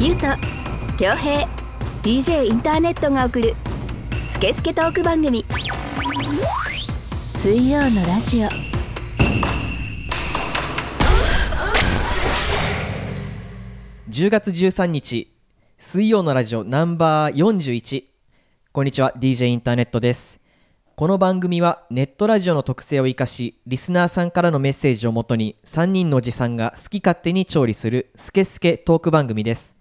ゆうと恭平 DJ インターネットが送る「スケスケトーク番組」水曜のラジオ10月13日水曜のラジオナンバー41こんにちは DJ インターネットですこの番組はネットラジオの特性を生かしリスナーさんからのメッセージをもとに3人のおじさんが好き勝手に調理するスケスケトーク番組です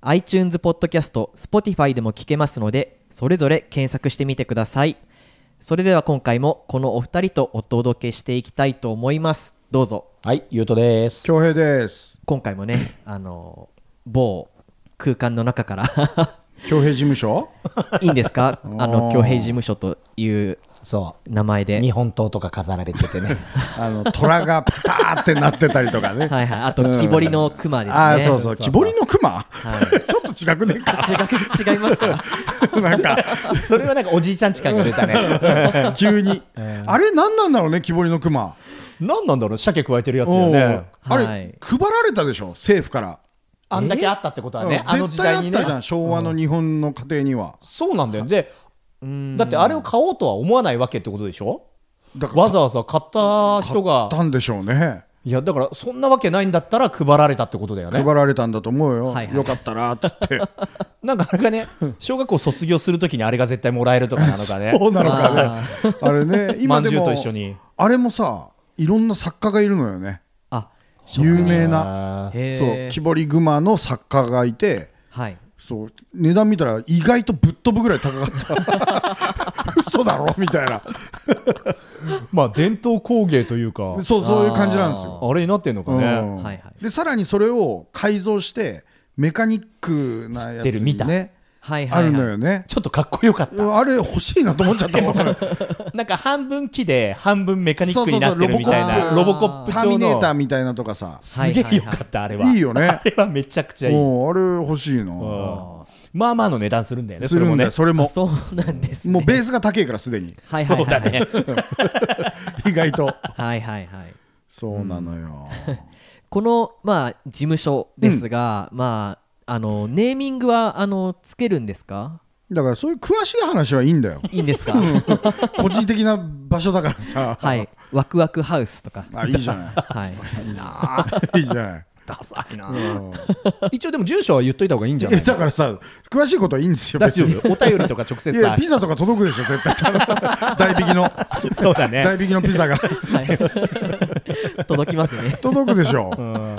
iTunes ポッドキャスト Spotify でも聞けますのでそれぞれ検索してみてくださいそれでは今回もこのお二人とお届けしていきたいと思いますどうぞはい、ゆうとです。恭平です今回も ねあの某空間の中から 恭平事務所いいんです かーあの恭平事務所というそ名前でう。日本刀とか飾られててね。あの虎がパターってなってたりとかねはいはいあと木彫りの熊ですね、ああそ うそう木彫りの熊、は ちょっと違くねえか違いますか なんか それはなんかおじいちゃん近く出たね。急に、あれ何なんだろうね木彫りの熊 何なんだろう、鮭加えてるやつおようね。あれ、はい配られたでしょ政府から、あんだけあったってことはね、あうんの絶時対あ代っにねたじゃ。ん昭和の日本の家庭には、そうなんだよ。で、だってあれを買おうとは思わないわけってことでしょだからわざわざ買った人買がっ、たんでしょうねいや、だからそんなわけないんだったら配られたってことだよ配ね。られたんだと思うよ、はいはいよかったらっつってなんかあれがね、小学校卒業するときにあれが絶対もらえるとかなのかね。そうなのかねあ れねま今でんじゅうもと一緒にあれもさいろんな作家がいるのよね あ有名なあーへそうえ木彫り熊の作家がいてはいそう値段見たら意外とぶっ飛ぶぐらい高かった 嘘だろみたいなまあ、伝統工芸というか、そうそういう感じなんですよ、あれになってんのかうね。んはいはいでさらにそれを改造してメカニックなやつ知ってる見にたねはいはあいるのはいよねちょっとかっこよかった。あれ欲しいなと思っちゃっ たもんなんか半分木で半分メカニックになってるみたいそうそうなそうロロボボココッッププターミ調ネーターのみたいなとかさすげえよかったあれはいいよねあれはめちゃくちゃいいもうあれ欲しいなまあまあの値段するんだよねすそれるもんだねよそれあもそうなんですねもうベースが高いからすでにはいはいそうはだいはいね意外とはいはいはいそうなのよこの、まあ、事務所ですが、まあ、あのネーミングはあのつけるんですかだからそういう詳しい話はいいんだよいいんですか個人的な場所だからさはいワクワクハウスとかあいいじゃないはい いいじゃない。ダサいな一応でも住所は言っといた方がいいんじゃいなやいだからさ、詳しいことはいいんですよ、大別丈に。夫お便りとか直接いやさピザとか届くでしょ、絶対。代引きの、そうだね代引きのピザがはい、 届きますね届くでしょ。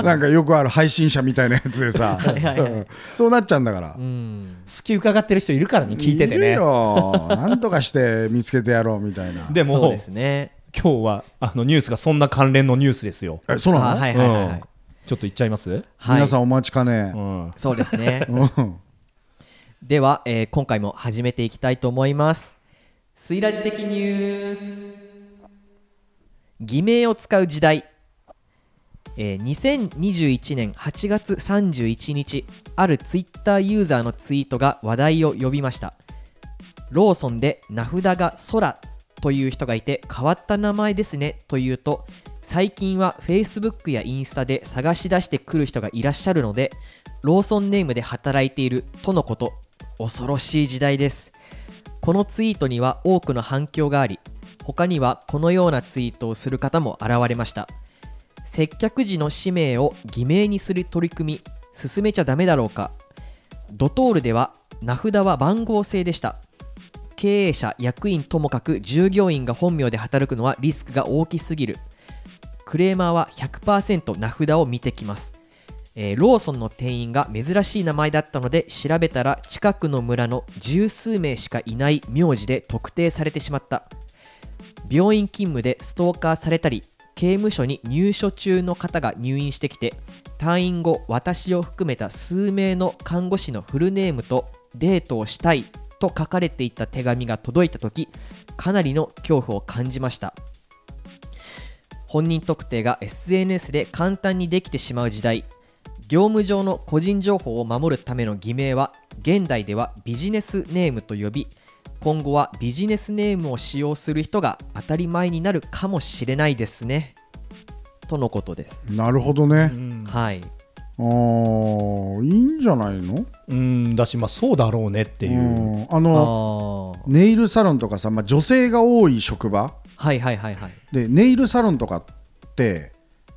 なんかよくある配信者みたいなやつでさ、うんそうなっちゃうんだから。うん好き伺ってる人いるからね聞いててるねよ、なんとかして見つけてやろうみたいな。でそうもですね今日はあのニュースがそんな関連のニュースですよえ、そうあなのはういんはいはい、はいちょっと言っちゃいますはい皆さんお待ちかねう。んそうですねうんでは、えー今回も始めていきたいと思いますスイラジ的ニュース偽名を使う時代、えー2021年8月31日あるツイッターユーザーのツイートが話題を呼びましたローソンで名札が空という人がいて変わった名前ですねというと最近は Facebook やインスタで探し出してくる人がいらっしゃるのでローソンネームで働いているとのこと恐ろしい時代ですこのツイートには多くの反響があり他にはこのようなツイートをする方も現れました接客時の氏名を偽名にする取り組み進めちゃダメだろうかドトールでは名札は番号制でした経営者役員ともかく従業員が本名で働くのはリスクが大きすぎるクレーマーは100%名札を見てきます、えーローソンの店員が珍しい名前だったので調べたら近くの村の十数名しかいない名字で特定されてしまった病院勤務でストーカーされたり刑務所に入所中の方が入院してきて退院後私を含めた数名の看護師のフルネームとデートをしたいと書かれていた手紙が届いた時かなりの恐怖を感じました本人特定が SNS で簡単にできてしまう時代業務上の個人情報を守るための偽名は現代ではビジネスネームと呼び今後はビジネスネームを使用する人が当たり前になるかもしれないですねとのことです、なるほどねう、んはいあーいいんじゃないのうんだしまあそうだろうねっていう、うんああのーネイルサロンとかさ、まあ、女性が多い職場はいはいはいはいでネイルサロンとかって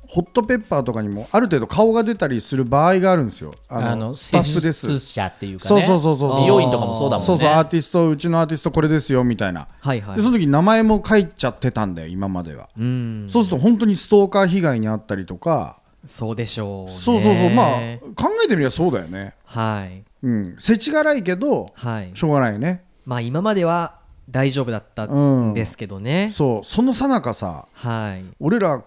ホットペッパーとかにもある程度顔が出たりする場合があるんですよあのスタッフです施術者っていうかねそうそうそうそう美容院とかもそうだもんねそうそうアーティストうちのアーティストこれですよみたいな、はいはいでその時名前も書いちゃってたんだよ今までは、うんそうすると本当にストーカー被害に遭ったりとかそうでしょうねそうそうそうまあ考えてみればそうだよねはいうん世知辛いけどはいしょうがないねまあ今までは大丈夫だったんですけどね、そうそのさなかさはい俺ら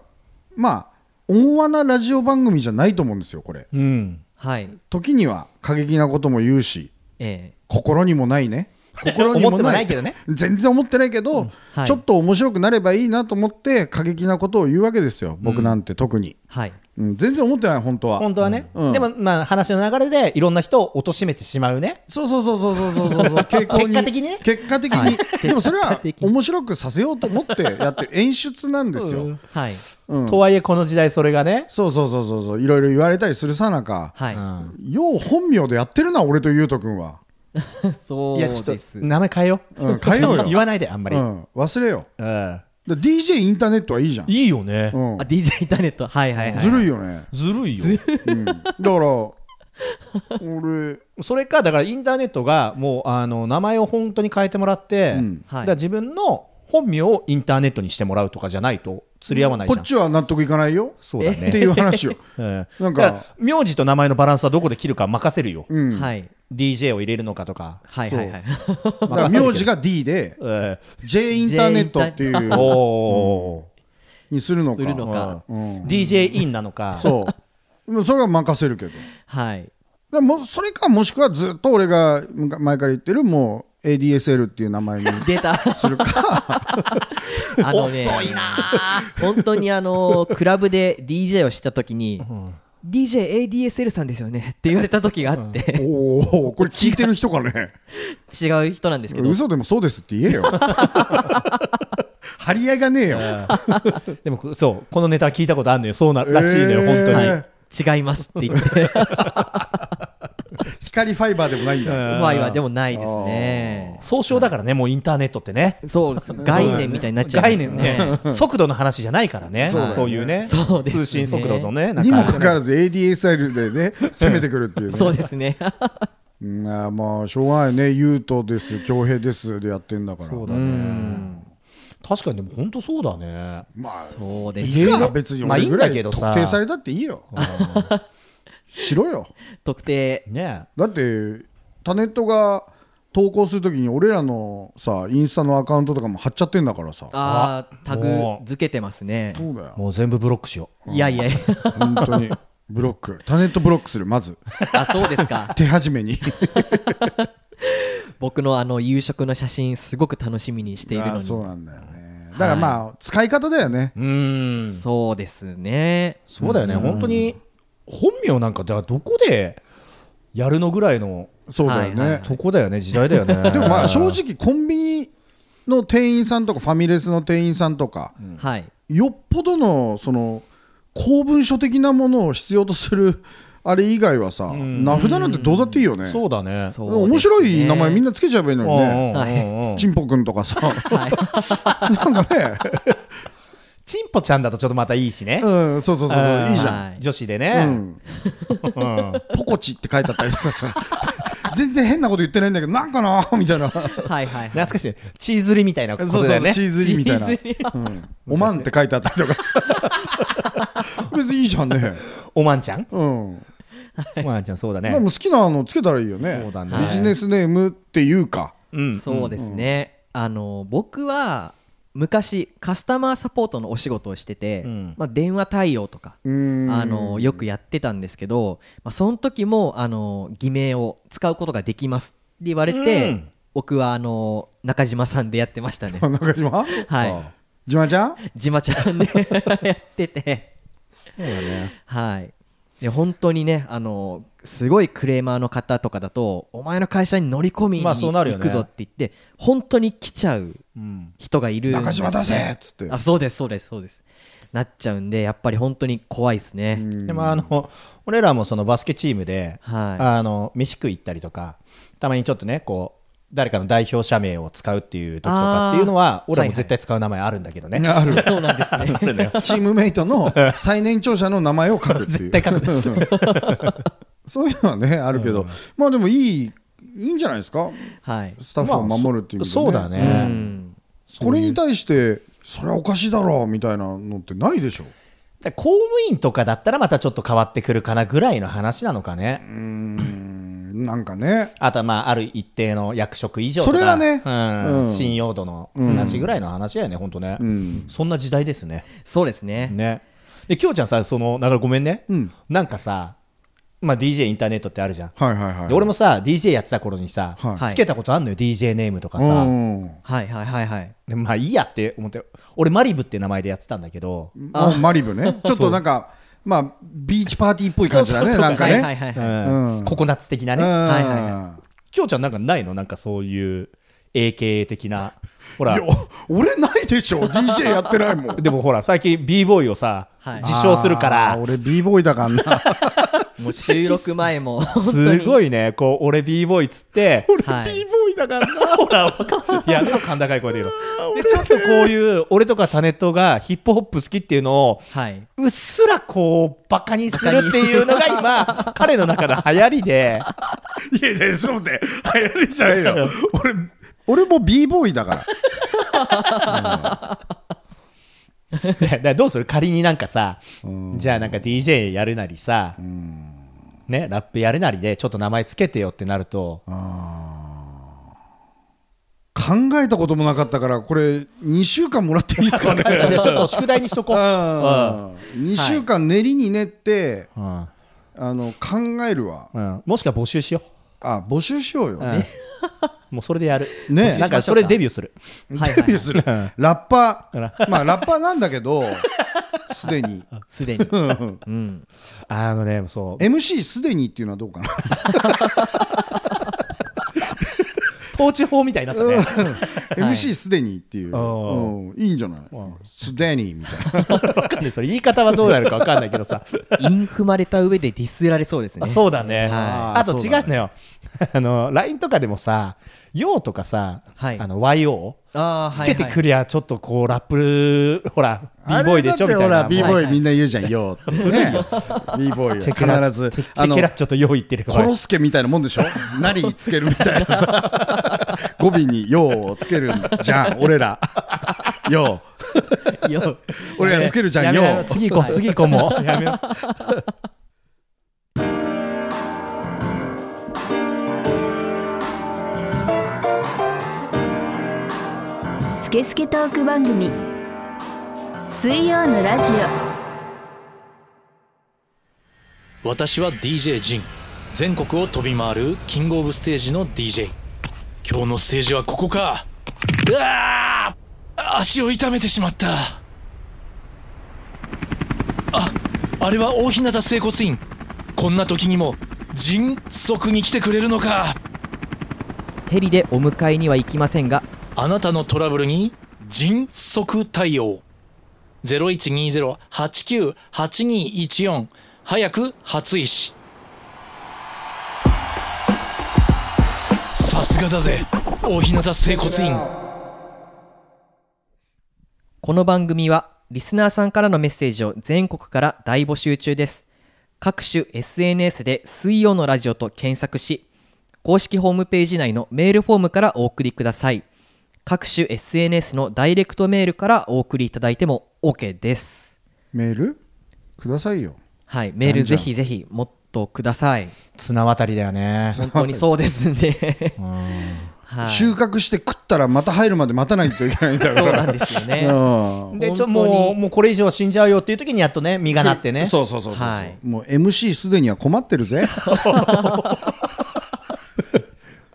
まあ温和なラジオ番組じゃないと思うんですよこれうんはい時には過激なことも言うしえ心にもないね心思ってもないけどね全然思ってないけど、はいちょっと面白くなればいいなと思って過激なことを言うわけですよ僕なんて特に、えはいうん全然思ってない本当は本当はね、うんでもまあ話の流れでいろんな人を貶としめてしまうねそうそうそうそうそうそうそうそう傾向結に果的にね結果的に、はいでもそれ結は果的に面白くさせようと思ってやってる演出なんですよ、うんはいうんとはいえこの時代それがね、そうそうそうそうそういろいろ言われたりするさなか、はい、よう本名でやってるな俺とゆうとくんは、そういやでちょっすと名前変えよう、うん変えようよ 言わないであんまり、うん、忘れようんうだ DJ インターネットはいいじゃん、いいよね、うんあ DJ インターネットはいはいはいずるいよね、ずるいようん、だから俺それかだからインターネットがもうあの名前を本当に変えてもらって、うんはいだから自分の本名をインターネットにしてもらうとかじゃないと釣り合わないじゃこん、っちは納得いかないよそうだってね、いう話よ、うんなんかだら名字と名前のバランスはどこで切るか任せるよ、うんはい DJ を入れるのかとか、はいはいはいだから名字が D でえ J インターネットっていー、うおーにするのかするのかうん、 DJ インなのかそうでもそれは任せるけどだか はいらもうそれかもしくはずっと俺が昔前から言ってるもう ADSL っていう名前に出たするかあのね遅いな本当にあのクラブで DJ をした時に DJADSL さんですよねって言われた時があって、おお これ聞いてる人かね違う人なんですけど嘘でもそうですって言えよ張り合いがねえよーでもそうこのネタ聞いたことあるのよそうならしいのよ、えー本当に、はい違いますって言って光ファイバーでもないんだううまいはでもないですね総称だからね、もうインターネットってねそうです概念みたいになっちゃう概念ね、速度の話じゃないからね、そうだそよういねうね、そうですね通信速度のね、にもか中かわらず ADSL でね攻めてくるっていうね そうですねうんあーまあしょうがないね、優斗です、恭平ですでやってんだから、そうだね。確かにでも本当そうだね。まあ、そうでいすい言えかる別にまあ俺ぐらいいんいだけ特どさ定されたっていいよ、しろよ、特定ねだってタネットが投稿するときに、俺らのさ、インスタのアカウントとかも貼っちゃってんだからさ、あータもグう付けてますねそうだよ、もう全部ブロックしよいやいやいや本当に、ブロック、タネットブロックする、まず、あそうですか手始めに、僕のあの夕食の写真すごく楽しみにしているあのーにそうなんだよね、だからまあ、使い方だよね、う。うーん。そうですねそうだよね。本当に本名なんかじゃあどこでやるのぐらいのそうだよね。はいはいとこだよね。時代だよね。でもまあ正直コンビニの店員さんとかファミレスの店員さんとか、はいよっぽどのその公文書的なものを必要とするあれ以外はさ、名札なんてどうだっていいよね。そうだね。そうですね面白い名前みんなつけちゃえばいいのうにんうんね。うんうんちんぽくんとかさ、はいなんかね、ちんぽちゃんだとちょっとまたいいしね。うん、そうそうそうそう、いいじゃん。はい女子でうね。ん、うんポコチって書いてあったりとかさ、 全然変なこと言ってないんだけど、なんかなみたいな。はいはいはい懐かしい ね。チーズリみたいなことそだうそよう、ねチ。ーズリみたいな。チーズリうんおまんって書いてあったりとかさ、別にいいじゃんね。おまんちゃん。うん。おまんちゃんそうだねまあ。もう好きなのつけたらいいよねそうだねビジネスネームっていうか、うん。そうですね、あの僕は昔カスタマーサポートのお仕事をしてて、うんまあ、電話対応とか、うーんあのよくやってたんですけど、まあ、その時もあの偽名を使うことができますって言われて、うん僕はあの中島さんでやってました ね 中島は島ちゃんい島ちゃん でやっててはいで本当にねあのすごいクレーマーの方とかだとお前の会社に乗り込みにまあそうなる行よねくぞって言って、本当に来ちゃううん人がいるん中ですね島出せっつってあそうですそうですそうですなっちゃうんでやっぱり本当に怖いですね、でもあの俺らもそのバスケチームで、はいあの飯食い行ったりとかたまにちょっとねこう誰かの代表者名を使うっていう時とかっていうのはあー俺らも絶対使う名前あるんだけどね、あるそうなん ですねチームメイトの最年長者の名前を書くってい絶う対書く そういうのはねあるけど、まあでもいいいいんじゃないですかはい、スタッフを守るっていうま意味でね、あそそうだねうん、これに対してそれはおかしいだろうみたいなのってないでしょだから公務員とかだったらまたちょっと変わってくるかなぐらいの話なのかね、うんなんかねあとはまあある一定の役職以上とかそれはねうんうん信用度の話ぐらいの話だよね、本当ね、うんそんな時代ですねそうですねねできょうちゃんさそのだからごめんね、うんなんかさ、まあ、DJ インターネットってあるじゃん、はいはいはいで俺もさ DJ やってた頃にさ、はいつけたことあんのよ DJ ネームとかさ、うんはいはいはいはいでまあいいやって思って俺マリブって名前でやってたんだけど、あマリブねちょっとなんかまあビーチパーティーっぽい感じだねそうそうなんかはねいはいはいはい、うんうんココナッツ的なね、うんはいはいきょうちゃんなんかないのなんかそういう AK 的なほらいや俺ないでしょ DJ やってないもんでもほら最近 b ボーイをさ、はい自称するかあーら俺 b ボーイだからなもう収録前もすごいねこう俺 b ボーイっつってはい b ボーイだからなほらわかいやでも甲高い声で言うのでちょっとこういう俺とかタネットがヒップホップ好きっていうのをはい、うっすらこうバカにするっていうのが 今彼の中の流行りでいやいやそうで流行りじゃないよ俺俺も b ボーイだから だからどうする仮になんかさじゃあなんか DJ やるなりさねラップやるなりでちょっと名前つけてよってなると考えたこともなかったからこれ2週間もらっていいですかねじ ゃあちょっと宿題にしとこううん2週間練りに練って、うんあの考えるわうんもしくは募集しよあ募集しようよ、う、うんもうそれでやる、ねえなんかそれデビューするはいデはビュいーする ラッパーまあラッパーなんだけどすでにすでに、うん、あのねそう MC すでにっていうのはどうかな統治法みたいになったね MC すでにっていう、あうん、いいんじゃないすでにみたい なわかんないそれ言い方はどうなるかわかんないけどさイン踏まれた上でディスられそうですねあそうだね、はいあと違うのよ あの LINE とかでもさ「YO」とかさ「はいあの YO」あーつけてはいくりゃちょっとこうラップほら b ボーイでしょみたいあれだなもってほら b うボはーいイはいみんな言うじゃんよってね b ボーチェイケラは必ずチェあチェのケラちょっと「YO」言ってるコロスケみたいなもんでしょ何つけるみたいなさ 語尾に「よう」をつけるじゃん俺ら「ようよ」俺らつけるじゃやん「めよろう次行こう次行こう もうやめろスケスケトーク番組水曜のラジ私は DJ ジン全国を飛び回るキングオブステージの DJ 今日のステージはここかうわあ足を痛めてしまったああれは大日向整骨院こんな時にも迅速に来てくれるのかヘリでお迎えには行きませんがあなたのトラブルに迅速対応0120-89-8214早く初石さすがだぜ大日向整骨院この番組はリスナーさんからのメッセージを全国から大募集中です各種 SNS で「水曜のラジオ」と検索し公式ホームページ内のメールフォームからお送りください各種 SNS のダイレクトメールからお送りいただいても OK ですメールくださいよはいメールじゃぜんじゃんひぜひもっとください綱渡りだよね本当にそうですね はい収穫して食ったらまた入るまで待たないといけないんだかそうらなんですよねうんでちょ本当にもうもうこれ以上は死んじゃうよっていう時にやっとね実がなってねそうそうそうそうはいもう MC すでには困ってるぜ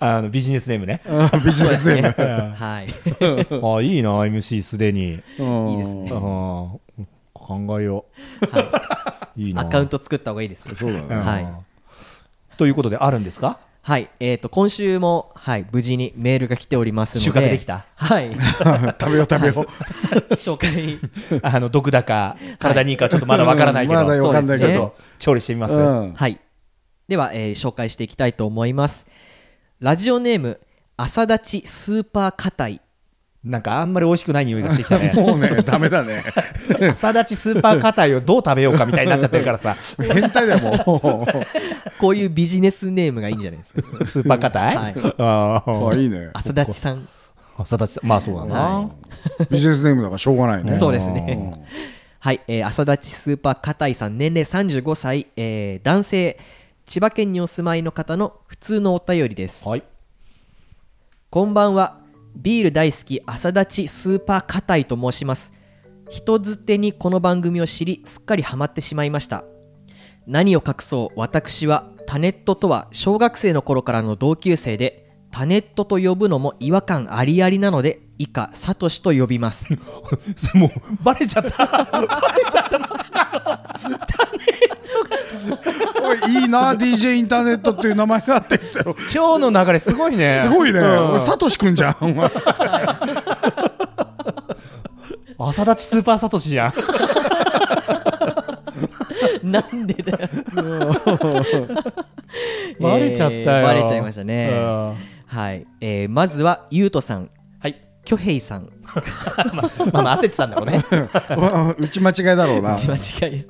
あのビジネスネームねビジネスではいあいいな MC すでにもいいですね考えよう、い、いなアカウント作った方がいいですよそうだねはいということであるんです かはい、えっ、と今週もはい無事にメールが来ておりますので、収穫できた。 はい、食べよう食べよう紹介。あの毒だか体にいいかちょっとまだわからな いけど、うんまだわかんないけどちょっと調理してみます、うんはい。では、えー紹介していきたいと思います。ラジオネーム朝立ちスーパー硬い。なんかあんまり美味しくない匂いがしてきた ねもうねダメだね朝立ちスーパー硬いをどう食べようかみたいになっちゃってるか らさ変態だよもこういうビジネスネームがいいんじゃないで すか。スーパー硬い、はいあ うーあいいね朝立ちさん。朝立ちまあそうだな、ビジネスネームだからしょうがないねそうですね。はい、えー朝立ちスーパー硬いさん、年齢35歳、えー男性、千葉県にお住まいの方の普通のお便りです。はい こんばんは。ビール大好き朝立ちスーパー硬いと申します。人づてにこの番組を知り、すっかりハマってしまいました。何を隠そう、私はタネットとは小学生の頃からの同級生で、タネットと呼ぶのも違和感ありありなので、以下、サトシと呼びます。それもうバレちゃったバレちゃったまさかおいいいな DJ インターネットっていう名前があってんですよ今日の流れすごいねすごいね、うん俺サトシくんじゃんお前朝立ちスーパーサトシじゃんなんでだよ。 バレちゃったよ、えーバレちゃいましたね。うんはい、えーまずはゆうとさん、はいきょへいさん、まあまあ焦ってたんだろうねわ打ち間違いだろうな間違いです、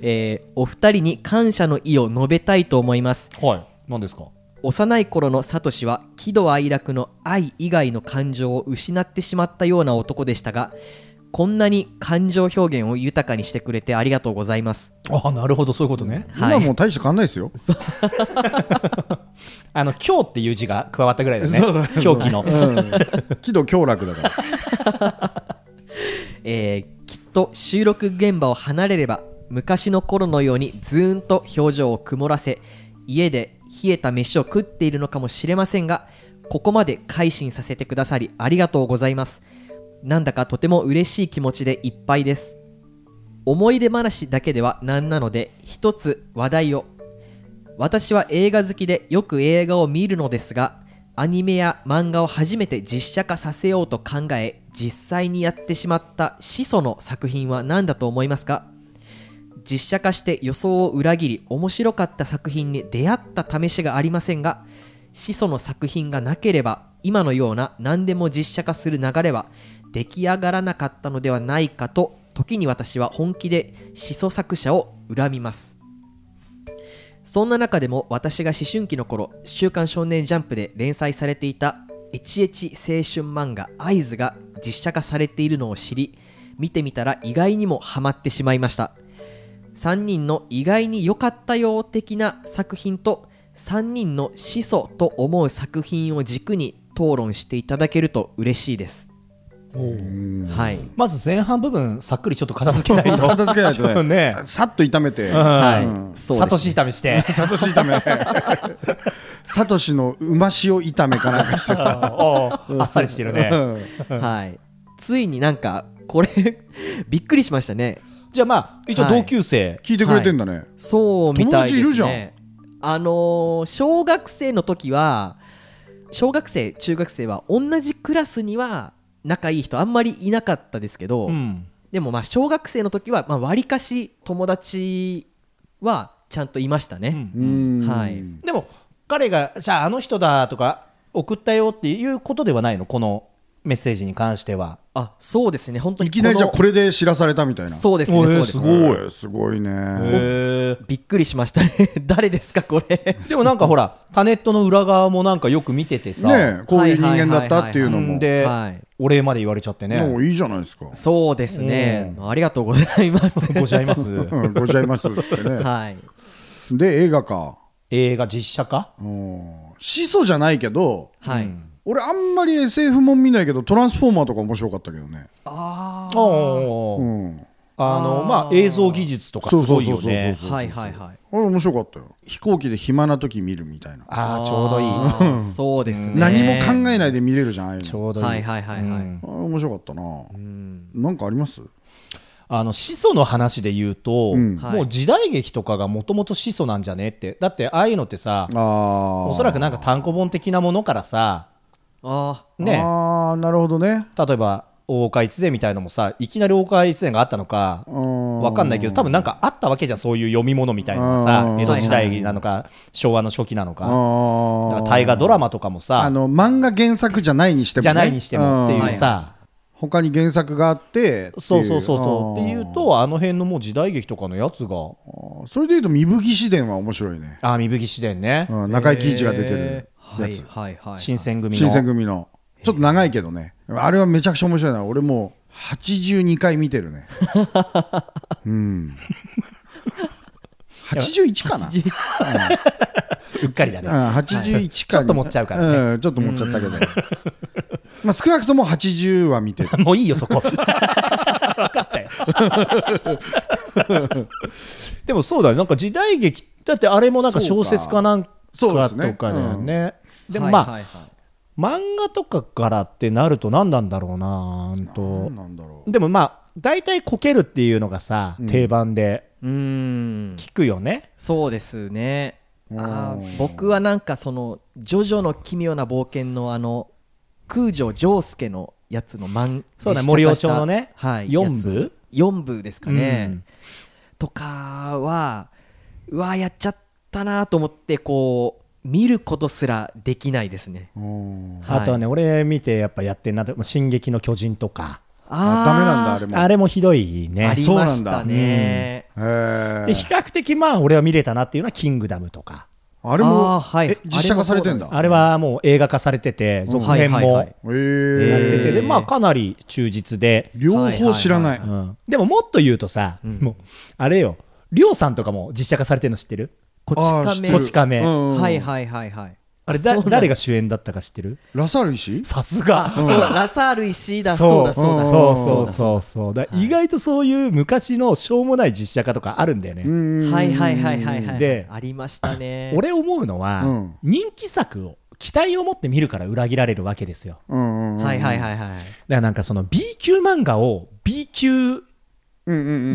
えーお二人に感謝の意を述べたいと思います。はい何ですか幼い頃のサトシは喜怒哀楽の愛以外の感情を失ってしまったような男でしたが、こんなに感情表現を豊かにしてくれてありがとうございます。ああなるほどそういうことねは今い、もう大して変わんないですよあの今日っていう字が加わったぐらいだね狂気の、うん喜怒狂楽だからえーきっと収録現場を離れれば昔の頃のようにずーんと表情を曇らせ家で冷えた飯を食っているのかもしれませんがここまで改心させてくださりありがとうございますなんだかとても嬉しい気持ちでいっぱいです思い出話だけではなんなので一つ話題を私は映画好きでよく映画を見るのですがアニメや漫画を初めて実写化させようと考え実際にやってしまった始祖の作品は何だと思いますか実写化して予想を裏切り面白かった作品に出会った試しがありませんが始祖の作品がなければ今のような何でも実写化する流れは出来上がらなかったのではないかと時に私は本気で始祖作者を恨みますそんな中でも私が思春期の頃「週刊少年ジャンプ」で連載されていたエチエチ青春漫画「アイズが実写化されているのを知り見てみたら意外にもハマってしまいました3人の意外に良かったよ的な作品と3人の始祖と思う作品を軸に討論していただけると嬉しいですはいまず前半部分さっくりちょっと片付け ないと片付けないとねちょっねさっと炒めて、はい、うんそうですサトシ炒めしてサトシ炒めサトシのうま塩炒めかなんかしてさ、おーあっさりしてるねうんはいついになんかこれ びっくりしましたねじゃあまあ一応同級生、聞いてくれてんだね、そうみたいです、ね、友達いるじゃんあのー小学生の時は小学生中学生は同じクラスには仲いい人あんまりいなかったですけど、うんでもまあ小学生の時はまあ割かし友達はちゃんといましたね、うんうんはいでも彼がじゃああの人だとか送ったよっていうことではないのこのメッセージに関してはあそうですね本当にいきなりじゃあここれで知らされたみたいなのそうですねおえそーうですすねごいいすごいね、へびっくりしましたね 誰ですかこれでもなんかほらタネットの裏側もなんかよく見ててさ、ねえこういう人間だったっていうのうも、んで、はいお礼まで言われちゃってもねういいじゃないですかそうですねありがとうございます ございますうんごちゃいますっつってねはいで映画か映画実写化うん始祖じゃないけどはい、俺あんまり SF も見ないけどトランスフォーマーとか面白かったけどねああうーんあのまあ映像技術とかすごいよねあはいはいはいあれ面白かったよ飛行機で暇な時見るみたいな、ああちょうどいいいいそうですね何も考えないで見れるじゃんああいうちのょうどいい、はいはいはいはいあれ面白かったな、なんかありますあの始祖の話で言うと、うんはもいう時代劇とかがもともと始祖なんじゃねってだってああいうのってさあおそらくなんかか単行本的なものからさああねああなるほどね例えば大岡越前みたいのもさいきなり大岡越前があったのかわわかんないけど多分なんかあったわけじゃんそういう読み物みたいなのがさうん江戸時代なのか昭和の初期なのあかだからー大河ドラマとかもさあの漫画原作じゃないにしてもね、じゃないにしてもってんいうさ他に原作があってそうそうそうそうっていいあうとあの辺のもう時代劇とかのやつがーそれでいうと「みぶき詩伝」は面白いね、ああ三吹四伝ねうん、中井貴一が出てるはいはいはい新選組の新選組のちょっと長いけどねあれはめちゃくちゃ面白いな俺もう82回見てるねうん81かなうっかりだねうん81ちかょっと持っちゃうからねうんちょっと持っちゃったけどまあ少なくとも80は見てるもういいよ そこ分かったよでもそうだよなんか時代劇だってあれもなんか小説かなんかそうとかそうですねかだよねでもはいまあ、はいはい漫画とかからってなると何なんだろうなうんと何なんだろうでもまあ大体こけるっていうのがさ、定番でうーん聞くよねそうですねあうーん僕はなんかその「ジョジョの奇妙な冒険」のあの空城丈介のやつの漫そ実写うだね化し森尾町たのねはい、四部やつ四部ですかね、うんとかはうわーやっちゃったなと思ってこう見ることすらできないですねうんはいあとはね俺見てやっぱやってんなって「まあ進撃の巨人」とかあダメなんだあれもあれもひどいねありましたねへでえ比較的まあ俺は見れたなっていうのは「キングダム」とかあれもあーはいえ実写化されてんだああれはもう映画化されてて続編はいはいもはやっいえてーてえでーまあかなり忠実で、両方知らないはう。んでももっと言うとさ、もうあれよりょうさんとかも実写化されてるの知ってるこあーち知っ亀てるこち亀うんうんはいはいはいはいあれそだうなんだ誰が主演だったか知ってるラサール石さすがそうだラサール石井だそうだそうだそううんそうそうそうだ意外とそういう昔のしょうもない実写化とかあるんだよねはいはいはいはいはいでありましたね俺思うのはうん人気作を期待を持って見るから裏切られるわけですよははいはいはいはいだからなんかその B 級漫画を B 級い。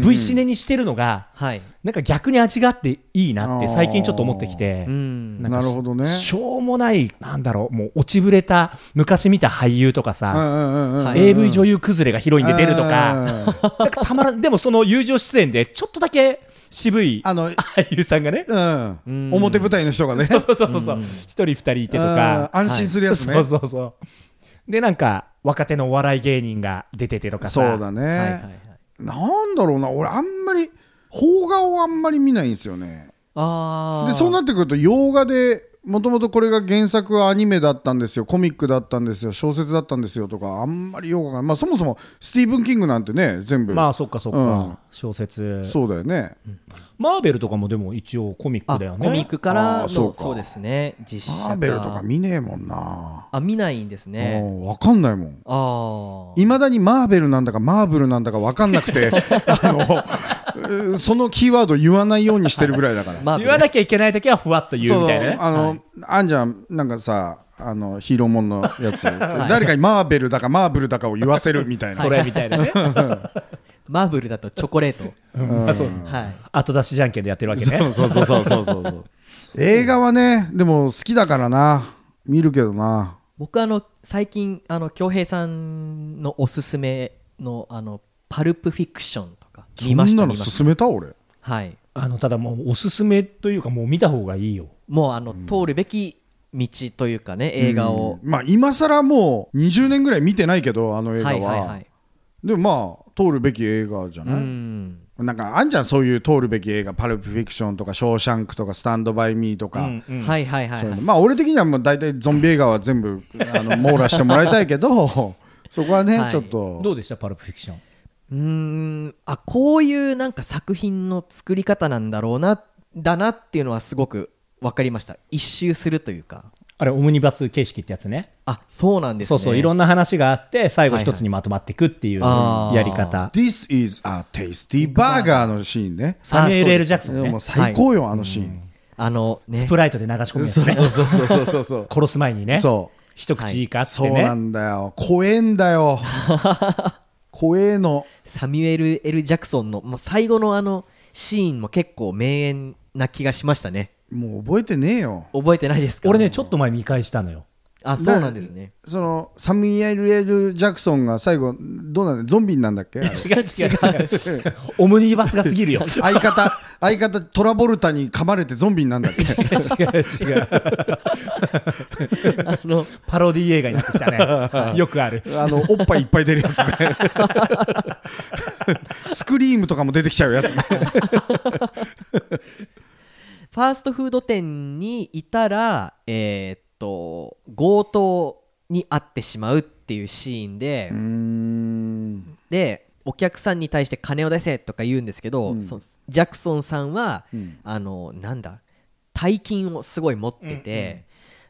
V シネにしてるのがはいなんか逆に味があっていいなってあー最近ちょっと思ってきてうんなんかなるほどねしょうもないなんだろうもう落ちぶれた昔見た俳優とかうんさうんうんうん。はい AV 女優崩れがヒロインで出るとかか。なんかたまらんでもその友情出演でちょっとだけ渋いあの、俳優さんがねう。うんん表舞台の人がね。そうそうそうそう一人二人いてとかうん安心するやつねそうそうそうでなんか若手のお笑い芸人が出ててとかさそうだはいはいはね。いなんだろうな、俺あんまり、邦画をあんまり見ないんですよね。ああで、そうなってくると洋画で、もともとこれが原作はアニメだったんですよ、コミックだったんですよ、小説だったんですよとか、あんまり洋画が、まあそもそもスティーブン・キングなんてね、全部、まあそっかそっか、うん小説そうだよね。マーベルとかもでも一応コミッあクだよねコミックからあのーそうかそうですね実写マーベルとか見ねえもんな。あ見ないんですうねんわかんないもん。ああいまだにマーベルなんだかマーブルなんだか分かんな くてあのうそのキーワード言わないようにしてるぐらいだから。まあ言わなきゃいけない時はふわっと言うみたいなねそうあの、あんじゃんなんかさあのヒーローもんのや つ、誰かにマーベルだかマーブルだかを言わせるみたいな。それみたいなね、マーブルだとチョコレートうんあそうはい後出しじゃんけんでやってるわけねそうそうそうそうそうそう。映画はねでも好きだからな見るけどな。僕あの最近あの京平さんのおすすめのあのパルプフィクションとか見ましそんたなの見ました勧めた俺。はいあのただもうおすすめというかもう見た方がいいよもうあの、通るべき道というかね映画を、まあ今更もう20年ぐらい見てないけどあの映は画は。いはいはいでもまあ通るべき映画じゃない。うんなんかあんじゃんそういう通るべき映画「パルプ・フィクション」とか「ショーシャンク」とか「スタンド・バイ・ミー」とうか、んうんはいはいはいそういうはのいまあ俺的にはもう大体ゾンビ映画は全部あの網羅してもらいたいけど そこはね、はいちょっとどうでしたパルプフィクションうーんあこういうなんか作品の作り方なんだろうなだなっていうのはすごく分かりました一周するというかあれオムニバス形式ってやつねあそうなんですねそうそういろんなな話があって最後一つにまとまっていくっていうあーやり方、 「This is a tasty burger」のシーンねサミュエル・あ L ・ジャクソンねもう最高よ、あのシーン、あのねスプライトで流し込むやつねそうそうそうそうそうそう殺す 前にねそう一口いいかってそうね、なんだよ怖えんだよ怖えのサミュエル・ L ・ジャクソンの、まあ、最後のあのシーンも結構名演な気がしましたねもう覚えてねえよ覚えてないですか俺ねちょっと前見返したのよあそうなんですねそのサミュエル・ L ・ジャクソンが最後どうなんだゾンビになんだ っけあれ違う違う違う オムニバスが過ぎるよ相方相方トラボルタに噛まれてゾンビになん だっけ違う違うあのパロディ映画になってきたねよくある あのおっぱいいっぱい出るや つねスクリームとかも出てきちゃうやつ ねファーストフード店にいたらえーっと強盗に遭ってしまうっていうシーンで、うーんでお客さんに対して金を出せとか言うんですけど、うんそのジャクソンさんは、うんあのなんだ大金をすごい持ってて、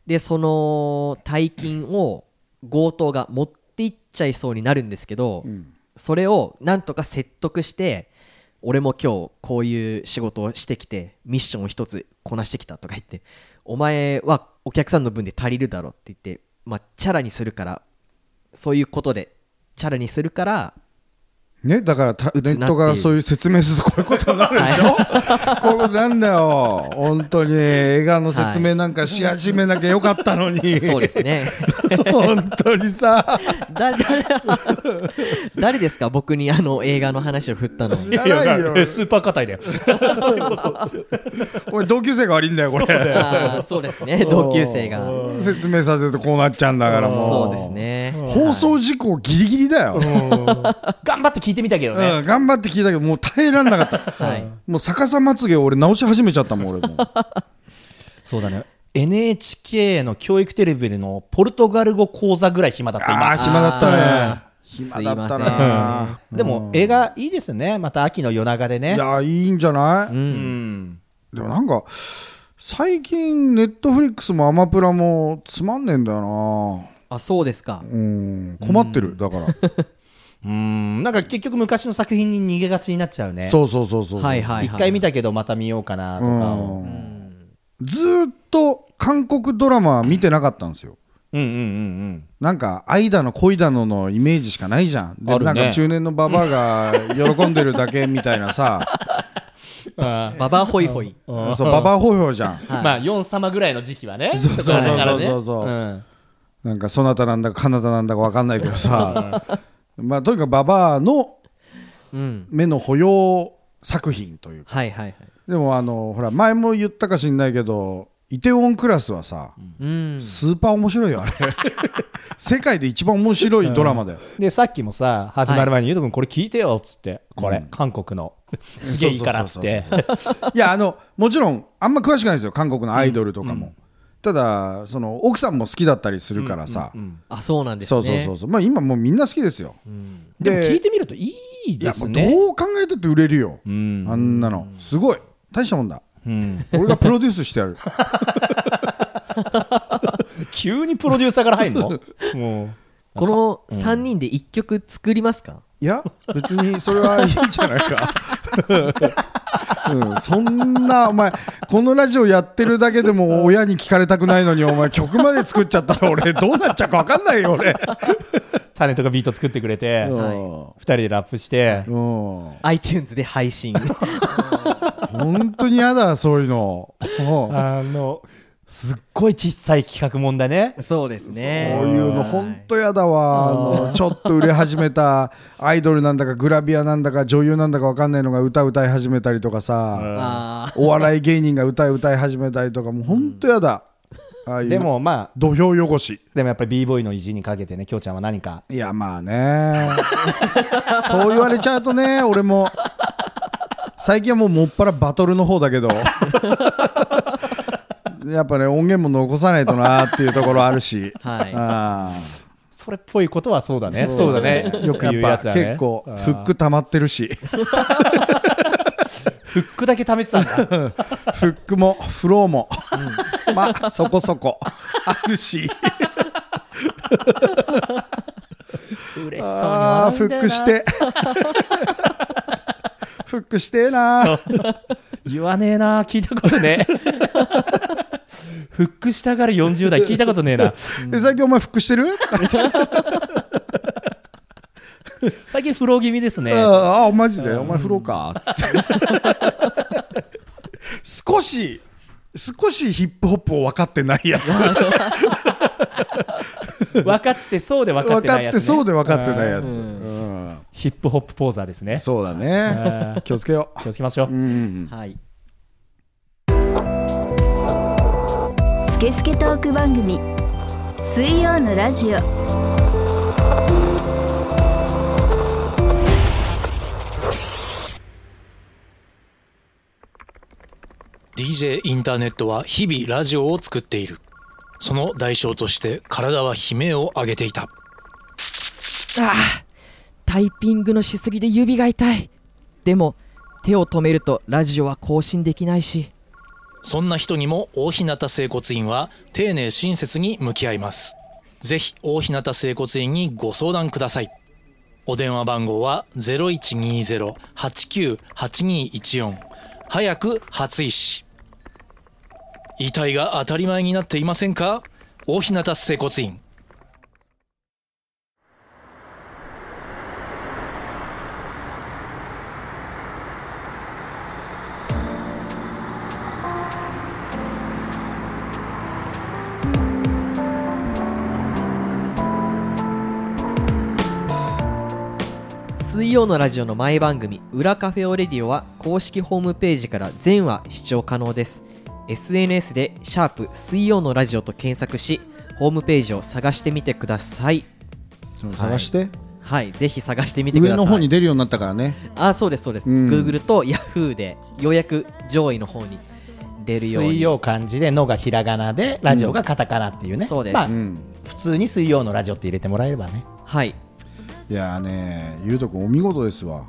でその大金を強盗が持っていっちゃいそうになるんですけど、うんそれをなんとか説得して俺も今日こういう仕事をしてきてミッションを一つこなしてきたとか言ってお前はお客さんの分で足りるだろって言って、まあ、チャラにするからそういうことでチャラにするからねだからタうネつなってッいトうがそういう説明するとこういうこと になるでしょこうなんだよ本当に映画の説明なんかし始めなきゃよかったのに、そうですね本当にさ誰誰誰 ですか僕にあの映画の話を振ったの知らないよいやスーパー硬いだよそれこそ俺同級生が悪いんだよこれあーそうですね同級生が説明させるとこうなっちゃうんだからもうそうですね放送事故ギリギリだよ、頑張って聞いてみたけどね、うん、頑張って聞いたけどもう耐えられなか った、はいもう逆さまつげを俺直し始めちゃったもん 俺もそうだね NHK の教育テレビのポルトガル語講座ぐらい暇だったああ今暇だったねすいません暇だったなでも映画いいですよねまた秋の夜長でいねやいいんじゃない、うんでもなんか最近ネットフリックスもアマプラもつまんねえんだよあそうですかなうん困ってる、だからうんなんか結局昔の作品に逃げがちになっちゃうねそうそうそうそう、はいはいはい一回見たけどまた見ようかなとうかをんずーっと韓国ドラマ見てなかったんですようんうんうんなんか愛だの恋だののイメージしかないじゃんで、あるねなんか中年のババアが喜んでるだけみたいなさうんあババアホイホイそうババアホイホイじゃんーまあ4様ぐらいの時期はねそうそうそうそうそうそううん なんかそなたなんだか彼方なんだか分かんないけどさまあとにかくババアのうん目の保養作品というはいはいはいでもあのほら前も言ったかしんないけどイテウォンクラスはさ、うんスーパー面白いよあれ 世界で一番面白いドラマだよ、でさっきもさ始まる前にゆうとくんこれ聞いてよっつってこれ韓国 のすげえいいからっつってそういやあのもちろんあんま詳しくないですよ韓国のアイドルとかも、ただその奥さんも好きだったりするからさ、あそうなんですねそうそうそうそうまあ今もうみんな好きですよ、でも聞いてみるといいいやでもすうねどう考えたって売れるよ、んあんなのすごい大したもんだうん俺がプロデュースしてやる急にプロデューサーから入るのもうこの3人で1曲作りますかいや別にそれはいいんじゃないかうん、そんなお前このラジオやってるだけでも親に聞かれたくないのにお前曲まで作っちゃったら俺どうなっちゃうか分かんないよ俺、タネとかビート作ってくれてう2ん人でラップしてうん iTunes で配 信本当に嫌だそういうのうんあのすっごい小さい企画もんだねそうですねこういうの本当やだわあのちょっと売れ始めたアイドルなんだかグラビアなんだか女優なんだか分かんないのが歌歌い始めたりとかさあお笑い芸人が歌い歌い始めたりとかもう本当やだああいうでもまあ土俵汚しでもやっぱり b ボーイの意地にかけてねきょうちゃんは何かいやまあね そう言われちゃうとね俺も最近はもうもっぱらバトルの方だけど やっぱね音源も残さないとなっていうところあるし、ーはいあそれっぽいことはそうだねそうだねよくあ言うやつだね結構あフーック溜まってるしフックだけ貯めてたんだ フックもフローも、まあそこそこある嬉ししそうにあ笑ーうフんだッよなクして フックしてえな言わねえな聞いたことねえフックしたがる40代聞いたことねえなえ最近お前フックしてる最けフロー気味ですね。ああマジでお前振ろうかつって少し少しヒップホップを分かってない やつ分かってそうで分かっ分てかないやっつ、ね。てそうで分かってないやうんつうんヒップホップポーザーですね。そうだね気をつけよ気をつけましょう。ううんはいスケスケトーク番組水曜のラジオ「DJ インターネット」は日々ラジオを作っているその代償として体は悲鳴を上げていたタイピングのしすぎで指が痛いでも手を止めるとラジオは更新できないしそんな人にも大日向整骨院は丁寧親切に向き合います。ぜひ大日向整骨院にご相談ください。お電話番号は0120-89-8214早く初医師。遺体が当たり前になっていませんか大日向整骨院。水曜のラジオの前番組「裏カフェオレディオ」は公式ホームページから全話視聴可能です SNS で「シャープ水曜のラジオ」と検索しホームページを探してみてください探してはいぜひ探してみてくださ上いの方に出るようになったからねあそうですそうです、うん Google と Yahoo でようやく上位の方に出るように水曜漢字で「の」がひらがなでラジオがカタカナっていうね、うんそうですまあうん普通に水曜のラジオって入れてもらえればねはいいやーねゆうとくんお見事ですわ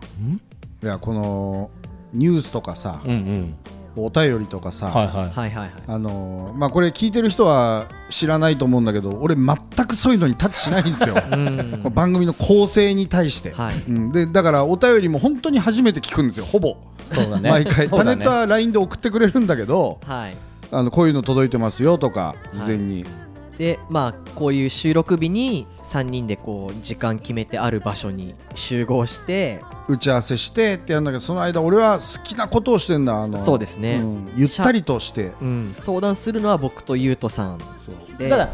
いやこのニュースとかさうんうんお便りとかさはいはいはいはいはいあのーまあ、これ聞いてる人は知らないと思うんだけど俺全くそういうのにタッチしないん ですよんこの番組の構成に対して、はいうん、でだからお便りも本当に初めて聞くんですよほぼ、そうだね毎回、そうタだネねットは LINE で送ってくれるんだけどはいあのこういうの届いてますよとか事前に、でまあこういう収録日に3人でこう時間決めてある場所に集合して打ち合わせしてってやるんだけどその間俺は好きなことをしてんだあのそうですねんゆったりとしてうん、相談するのは僕とゆうとさんでただ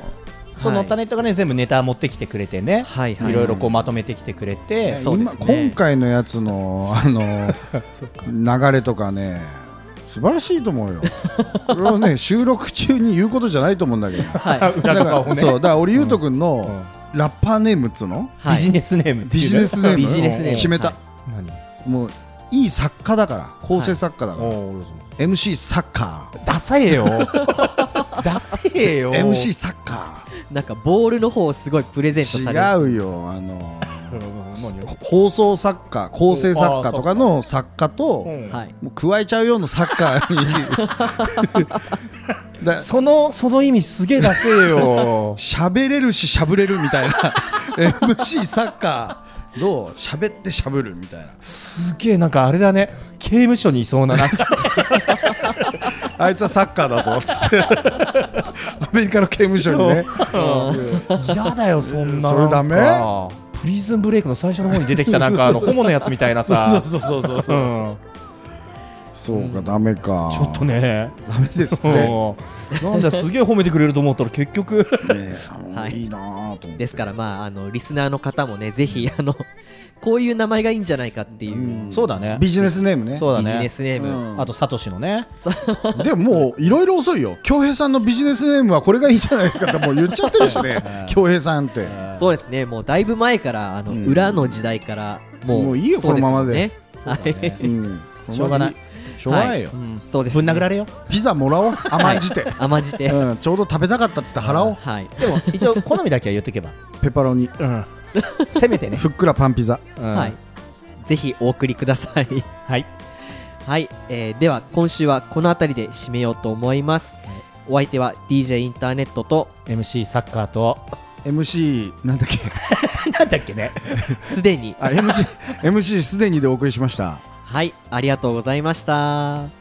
そのタはいネットがね全部ネタ持ってきてくれてね、はいはいいろいろこうまとめてきてくれて、ねそうで今すね今回のやつのあ の流れとかね素晴らしい と思うよこれをね収録中に言うことじゃないと思うんだけどはい、だか裏側らをねそうだから俺ゆうとくんのラッパーネームっつうのはい、ビジネスネームってビいうジね、ネスネームビジネスネーム決めたは何もういい作家だから構成作家だからおー MC サッカダサ えよダサえよ ー MC サッカなんかボールの方をすごいプレゼントされるー違うよあうのん何放送作家構成作家とかの作家とうんはいもう加えちゃうようなサッカーにだそのその意味すげえダセえ よ 喋れるししゃぶれるみたいな MC サッカーどう喋ってしゃぶるみたいなすげえなんかあれだね刑務所にいそうななんかあいつはサッカーだぞつってアメリカの刑務所にね嫌だよそんなそれダメなんかプリズンブレイクの最初の方に出てきたなんか あのホモのやつみたいなさそうそうそうそううんそうかダメかちょっとねダメですねうんなんだすげえ褒めてくれると思ったら結局ねえはいいいなぁと思ってですからまああのリスナーの方もねぜひあのこういう名前がいいんじゃないかっていう、うんそうだねビジネスネームねそうだビジネねスネーム、うんあとサトシのねでももういろいろ遅いよ恭平さんのビジネスネームはこれがいいじゃないですかってもう言っちゃってるしね恭平さんってそうですねもうだいぶ前からあの、うん裏の時代からもうもういいよそうすこのままでよねはいうんしょうがないしょうがないよはうんそうですねぶん殴られよピザもらおう甘んじて甘じて、うんちょうど食べたかったっつって払おうはいでも一応好みだけは言っとけばペパロニうん せめて ねふっくらパンピザうんはいぜひお送りくだ さいはいはい、えーでは今週はこの辺りで締めようと思います、お相手は DJ インターネットと MC サッカーと MC なんだっけなんだっけねすでにあ MC MC すでにでお送りしましたはいありがとうございました